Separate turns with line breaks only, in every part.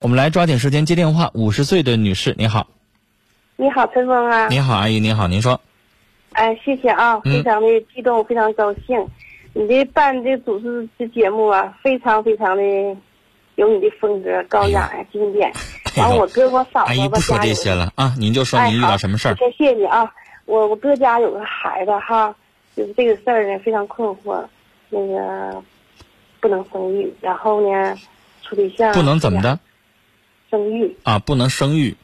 我们来抓紧时间接电话。五十岁的女士，你好，
你好，陈峰啊！
你好，阿姨，您好，您说，
哎，谢谢啊，
嗯
非常的激动，非常高兴。你这办这主持这节目啊，非常非常的有你的风格，高雅
哎
呀，经典。然后我哥我嫂
阿姨
子
不
吧
说
家
这
里，
些了啊，您就说
哎，
您遇
好
到什么事儿。
先谢谢你啊！我我哥家有个孩子哈，就是这个事儿呢非常困惑，那个不能生育，然后呢处对象
不能怎么的
生育，
啊，不能生育，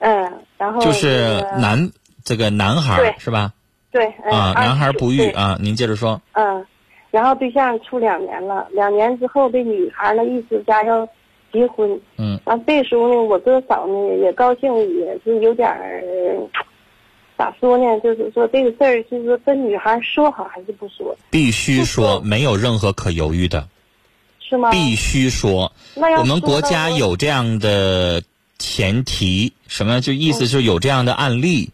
嗯，然后
就是
那个
男这个男孩儿
对
是吧？
对嗯
啊，男孩儿不
29
育
岁
啊，您接着说
嗯，然后对象处两年了，两年之后这女孩呢一直家要结婚，
嗯，
然后这时候呢，我哥嫂呢也高兴，也是有点儿咋说呢，就是说这个事儿，就是说跟女孩说好还是不说，
必须
不
说
说
没有任何可犹豫的，
是吗？
必须说。
那要
我们
说
国
到
家
我
有这样的前提，什么就
嗯
意思就是有这样的案例，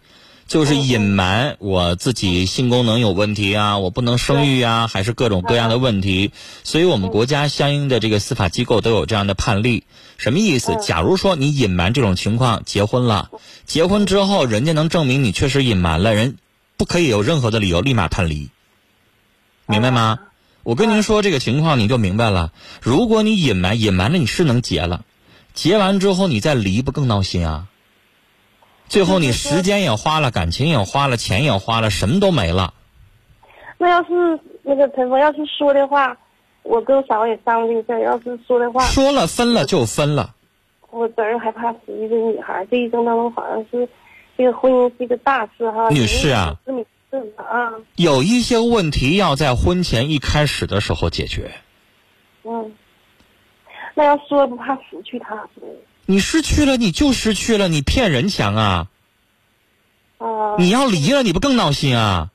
就是隐瞒我自己性功能有问题啊，我不能生育啊，还是各种各样的问题。所以我
嗯
们国家相应的这个司法机构都有这样的判例。什么意思？
嗯
假如说你隐瞒这种情况，结婚了，结婚之后人家能证明你确实隐瞒了，人不可以有任何的理由立马判离，明白吗？我跟您说这个情况，你就明白了。如果你隐瞒，隐瞒了你是能结了，结完之后你再离，不更闹心啊？最后你时间也花了，感情也花了，钱也花了，什么都没了。
那要是那个陈峰要是说的话，我跟嫂也商量这个事儿，要是说的话，
说了分了就分了，
我侄儿害怕死一个女孩，这一生当中好像是这个婚姻是一个大事哈。
女士啊，
是你是的啊，
有一些问题要在婚前一开始的时候解决。
嗯，那要说不怕死去他死
你失去了，你就失去了，你骗人强啊！
啊，
你要离了，你不更闹心啊？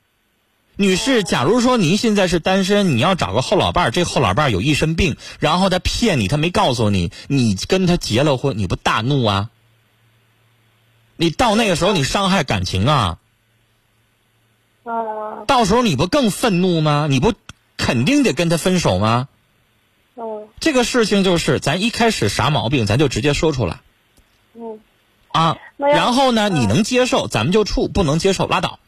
女士，假如说您现在是单身，你要找个后老伴儿，这后老伴儿有一身病，然后他骗你，他没告诉你，你跟他结了婚，你不大怒啊？你到那个时候你伤害感情啊，
啊，
到时候你不更愤怒吗？你不肯定得跟他分手吗？
嗯
这个事情就是咱一开始啥毛病，咱就直接说出来
嗯，
啊。
那要
然后呢，
嗯
你能接受咱们就处，不能接受拉倒，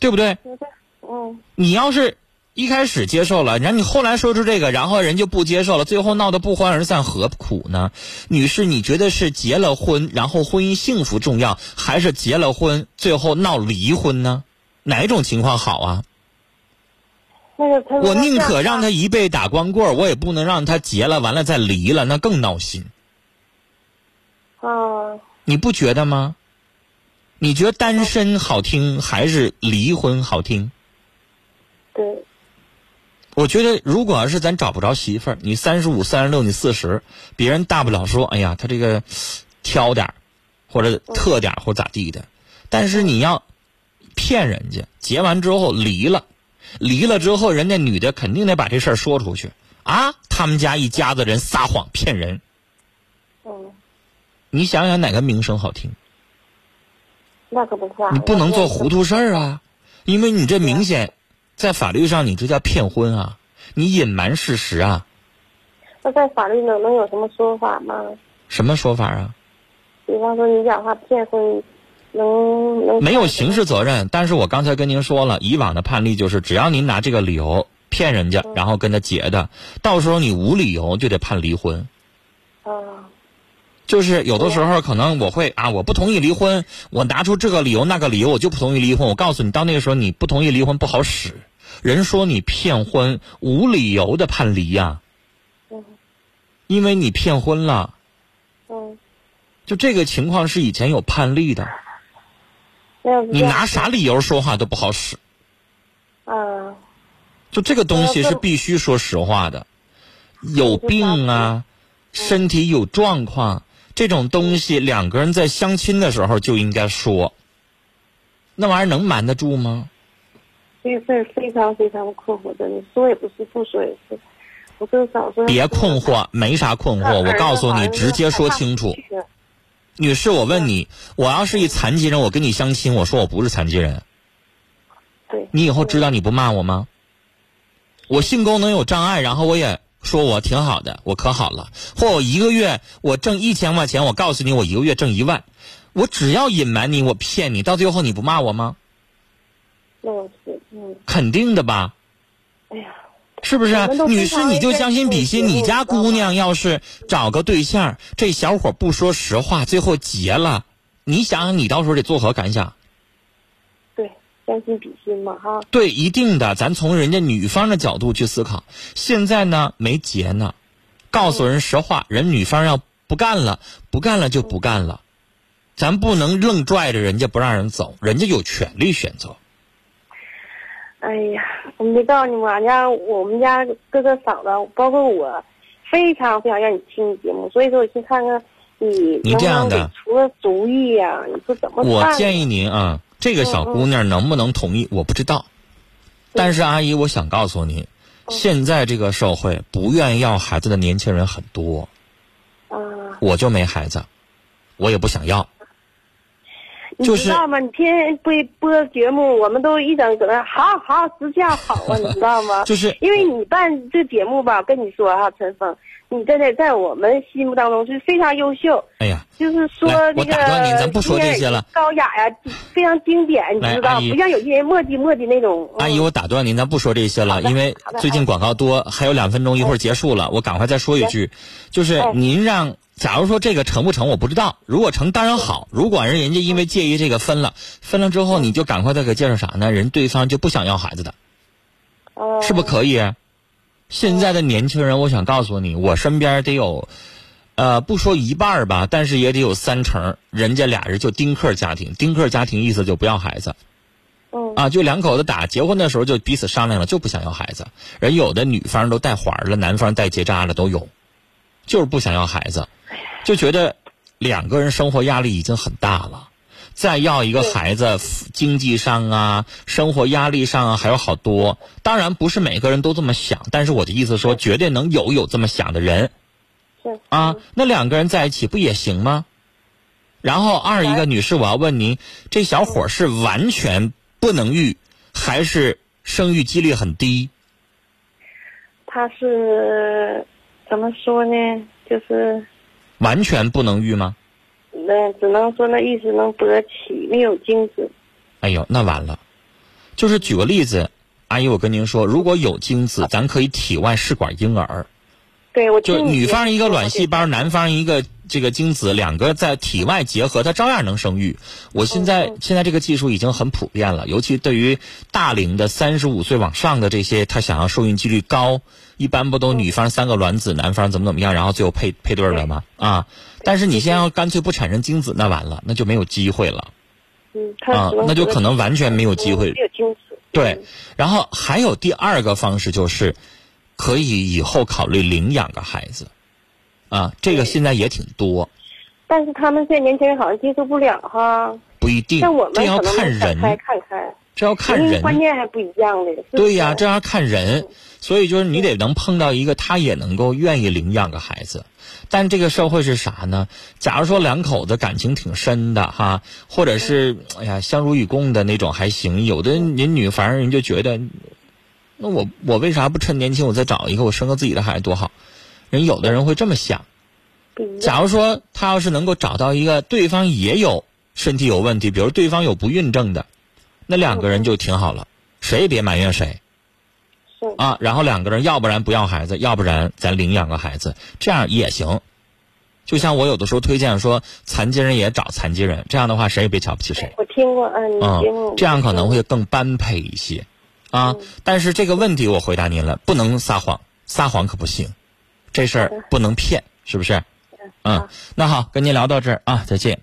对不对？
那这嗯
你要是一开始接受了，然后你后来说出这个，然后人就不接受了，最后闹得不欢而散，何苦呢？女士，你觉得是结了婚，然后婚姻幸福重要，还是结了婚最后闹离婚呢？哪种情况好啊？
那个他说
我宁
这
可
样
让他一辈打光棍儿，我也不能让他结了完了再离了，那更闹心，
啊，
你不觉得吗？你觉得单身好听还是离婚好听？
对，
我觉得，如果要是咱找不着媳妇儿，你三十五、三十六，你四十，别人大不了说，哎呀，他这个挑点儿，或者特点儿，或者咋地的。但是你要骗人家，结完之后离了，离了之后，人家女的肯定得把这事儿说出去啊。他们家一家子人撒谎骗人，
嗯，
你想想哪个名声好听？
那可不怕，
你不能
我
做糊涂事儿啊，因为你这明显在法律上你这叫骗婚啊，你隐瞒事实啊，
那在法律能能有什么说法吗？
什么说法啊？
比方说你讲话骗婚，能 能
没有刑事责任，但是我刚才跟您说了，以往的判例就是，只要您拿这个理由骗人家，然后跟他结的，到时候你无理由就得判离婚。
啊，
就是有的时候可能我会啊，我不同意离婚，我拿出这个理由那个理由，我就不同意离婚。我告诉你，到那个时候你不同意离婚不好使，人说你骗婚，无理由的判离呀、
嗯
因为你骗婚了。
嗯，
就这个情况是以前有判例的，
那要是
你
这样
拿啥理由说话都不好使。
啊，
就这个东西是必须说实话的，有病啊，身体有状况这种东西，两个人在相亲的时候就应该说。那玩意儿能瞒得住吗？
这个事儿非常非常困惑的，你说也不是，不说也是，我跟嫂说
别困惑，没啥困惑。我告诉你，直接说清楚。。女士，我问你，我要是一残疾人，我跟你相亲，我说我不是残疾人，
对，
你以后知道你不骂我吗？我性功能有障碍，然后我也说我挺好的，我可好了，或我一个月我挣一千块钱，我告诉你我一个月挣一万，我只要隐瞒你，我骗你，到最后你不骂我吗？
那我是，嗯，
肯定的吧，
哎呀，
是不是、啊
我们？都
女
非
士，
常
你就
认
将心
真
比心，
做
你家姑娘要是找个对象，这小伙不说实话，最后结了，你想想你到时候得作何感想？
对，将心比心嘛，哈，
对，一定的，咱从人家女方的角度去思考。现在呢，没结呢，告诉人实话，人女方要不干了，不干了就不干了，咱不能愣拽着人家不让人走，人家有权利选择。
哎呀，我没告诉你，我家我们家哥哥嫂子，包括我，非常非常让你听你节目，所以说我去看看你
你这
能不
样
能
的
给出个主意呀、啊你说怎么办？
我建议您啊，这个小姑娘能不能同意，我不知道。但是阿姨，我想告诉您，现在这个社会不愿意要孩子的年轻人很多，
啊，
我就没孩子，我也不想要。
你
就
知
是
道吗？你天天播播节目，我们都一整搁那好好直叫好 啊，你知道吗？
就是
因为你办这节目吧，跟你说哈、陈峰，你真的在我们心目当中是非常优秀，
哎呀，
就是说
来
那
我
个
打断您咱不说这些了
高雅呀、非常经典，你
来
知道
阿，姨
不像有些人磨叽磨叽那种。嗯
阿姨，我打断您，咱不说这些
好
了，
的
因为
好的
最近广告多，还有两分钟，一会儿结束了，我赶快再说一句，就是
哎
您让，假如说这个成不成，我不知道，如果成当然好，如果人人家因为介意这个分了，分了之后你就赶快再给介绍啥呢？人对方就不想要孩子的，
嗯
是不是可以？啊现在的年轻人，我想告诉你，我身边得有，呃，不说一半儿吧，但是也得有三成儿，人家俩人就丁克家庭，丁克家庭意思就不要孩子。
嗯
啊，就两口子打结婚的时候就彼此商量了，就不想要孩子。人有的女方都带环儿了，男方带结扎了都有，就是不想要孩子，
哎
就觉得两个人生活压力已经很大了，再要一个
对
孩子，经济上啊、生活压力上啊还有好多。当然不是每个人都这么想，但是我的意思说，绝对能有有这么想的人
是
啊。那两个人在一起不也行吗？然后二一个女士，我要问您，这小伙儿是完全不能育，还是生育几率很低？
他是怎么说呢？就是
完全不能育吗？
那只能说那意思能勃起，没有精子。
哎呦，那完了。就是举个例子，阿姨，我跟您说，如果有精子，咱可以体外试管婴儿，
对我
就
听你
女
节
方
目
一个
我
卵
就
细胞，男方一个这个精子，两个在体外结合，它照样能生育。我现在
嗯
现在这个技术已经很普遍了，尤其对于大龄的三十五岁往上的这些，他想要受孕几率高，一般不都女方三个卵子，男方怎么怎么样，然后最后配配对了吗？啊，但是你现在要干脆不产生精子，那完了，那就没有机会了
嗯，他
啊
只能，
那就
勃
可能完全没有机会
嗯没有精子。
对，然后还有第二个方式就是，可以以后考虑领养个孩子，啊，这个现在也挺多，
但是他们现在年轻人好像接受不了哈，
不一定
像我，们
这要
可能
看
能想开
人，
看开，
这要看
因为观
人，
念还不一样的。是 不
对呀、
是
这要看人，所以就是你得能碰到一个他也能够愿意领养个孩子。但这个社会是啥呢？假如说两口子感情挺深的哈，或者是哎呀相濡以共的那种还行，有的人女反正人就觉得，那我我为啥不趁年轻我再找一个我生个自己的孩子多好？人有的人会这么想。
不一样。
假如说他要是能够找到一个对方也有身体有问题，比如对方有不孕症的，那两个人就挺好了，谁也别埋怨谁。
是
啊，然后两个人要不然不要孩子，要不然咱领养个孩子，这样也行。就像我有的时候推荐说，残疾人也找残疾人，这样的话谁也别瞧不起谁。
我听过，嗯，你节目
嗯，这样可能会更般配一些，啊。但是这个问题我回答您了，不能撒谎，撒谎可不行，这事儿不能骗，是不是？嗯
好，
那好，跟您聊到这儿啊，再见。